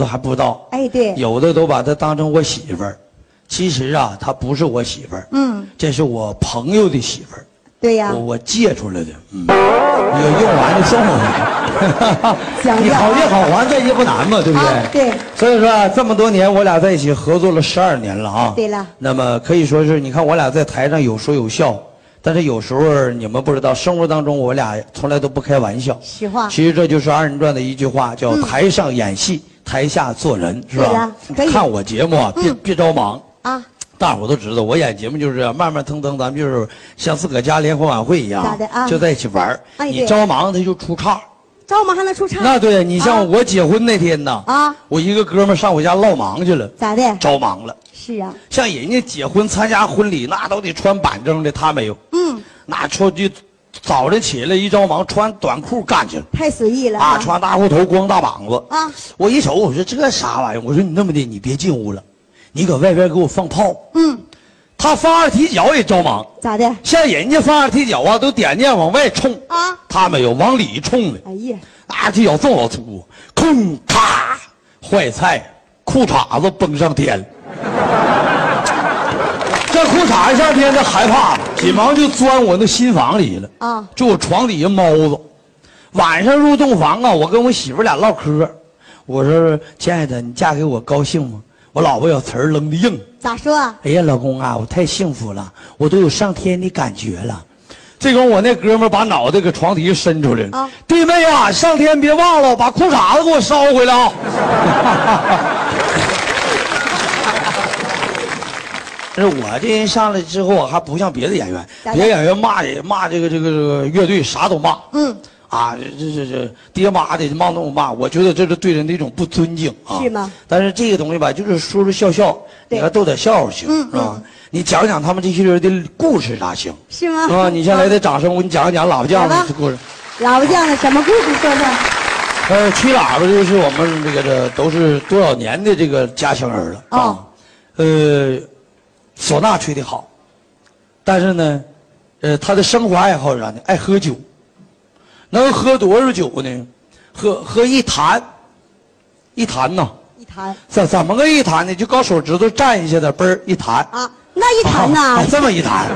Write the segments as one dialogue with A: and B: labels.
A: 都还不知道。
B: 哎对
A: 有的都把她当成我媳妇儿，其实啊，她不是我媳妇儿，
B: 嗯，啊
A: 这是我朋友的媳妇儿，
B: 对呀
A: 我，我借出来的，嗯，那个用完就送回去。
B: 讲
A: 你
B: 究啊
A: 好也好，还这也不难嘛，对不对？
B: 啊对。
A: 所以说啊，这么多年我俩在一起合作了十二年了啊。
B: 对了
A: 那么可以说是，你看我俩在台上有说有笑，但是有时候你们不知道，生活当中我俩从来都不开玩笑。
B: 实话
A: 其实这就是二人转的一句话，叫
B: 嗯
A: 台上演戏，台下做人，是
B: 对
A: 吧
B: 了？可以嗯
A: 看我节目啊，别、别着忙。
B: 啊，
A: 大伙都知道，我演节目就是这样慢慢腾腾，咱们就是像自个儿家联欢晚会一样，
B: 咋的啊
A: 就在一起玩儿
B: 哎
A: 你
B: 对
A: 着忙，他就出岔。
B: 赵马还能出差？
A: 那对你像我结婚那天呐，
B: 啊
A: 我一个哥们儿上我家落忙去了，
B: 咋的？
A: 着忙了。
B: 是啊，
A: 像人家结婚参加婚礼，那都得穿板正的，他没有。
B: 嗯，
A: 那出去早晨起来一着忙，穿短裤干去了。
B: 太随意了
A: 啊，穿大裤头，光大膀子
B: 啊！
A: 我一瞅，我说这啥玩意儿？我说你那么的，你别进屋了，你搁外边给我放炮。
B: 嗯，
A: 他发二踢脚也着忙，
B: 咋的？
A: 像人家发二踢脚啊，都点念往外冲
B: 啊
A: 他没有往里冲的，
B: 哎呀，
A: 二踢脚这老粗，空咔，坏菜裤衩子崩上 天了。这裤衩上天，他害怕了，急忙就钻我那新房里了。
B: 啊
A: 就我床底下猫子。晚上入洞房啊，我跟我媳妇俩唠嗑，我说：“亲爱的，你嫁给我高兴吗？”我老婆小词儿扔的硬。
B: 咋说啊？
A: 哎呀，老公啊，我太幸福了，我都有上天的感觉了。这功夫，我那哥们儿把脑袋搁床底下伸出来了。
B: 啊
A: 弟妹啊，上天别忘了把裤衩子给我捎回来 啊！但是我这人上来之后，我还不像别的演员，
B: 咋的
A: 别的演员骂也骂这个这个这个乐队啥都骂。
B: 嗯。
A: 啊，这这这爹妈的骂那么骂，我觉得这是对人的一种不尊敬啊。
B: 是吗？
A: 但是这个东西吧，就是说说笑笑，你
B: 对
A: 要逗点笑话行，
B: 嗯
A: 是吧？你讲讲他们这些人的故事啥行？
B: 是吗
A: 啊，你先来点掌声，我给你讲讲喇叭匠
B: 来吧
A: 的故事。
B: 老将的什么故事说说？
A: 呃，吹喇叭就是我们这个这都是多少年的这个家乡人了啊
B: 哦。
A: 呃，唢呐吹得好，但是呢，呃，他的生活爱好是啥呢？爱喝酒，能喝多少酒呢？喝喝一坛，一坛呐，
B: 一谈
A: 怎怎么个一坛呢？就搞手指头蘸一下子，嘣儿一坛。
B: 啊，那一谈
A: 啊
B: 呐，
A: 这么一坛，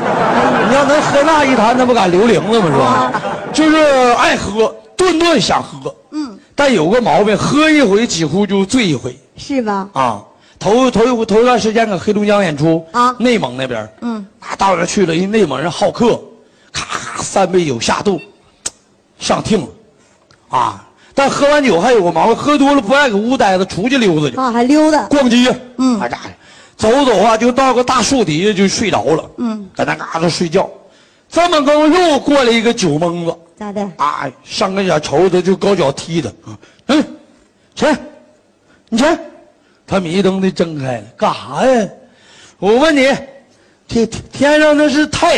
A: 你要能喝那一坛，那不敢刘伶了吗？是吧
B: 啊？
A: 就是爱喝，顿顿想喝。
B: 嗯，
A: 但有个毛病，喝一回几乎就醉一回
B: 是吧？
A: 啊。头头一回头一段时间搁黑龙江演出
B: 啊
A: 内蒙那边
B: 嗯，
A: 啊，到那儿去了，一内蒙人好客，咔三杯酒下肚，上听了，啊，但喝完酒还有个毛病，喝多了不爱搁屋待着，出去溜达去。
B: 啊，还溜达，
A: 逛街，
B: 嗯
A: 那家伙走走啊，就到个大树底下就睡着了，
B: 嗯，
A: 在那嘎达睡觉。这么功夫又过来一个酒蒙子，
B: 咋的？
A: 啊，上跟前瞅着他就高脚踢他，嗯，起来，你起来。他迷瞪的睁开了，干啥呀？我问你，天天上那是太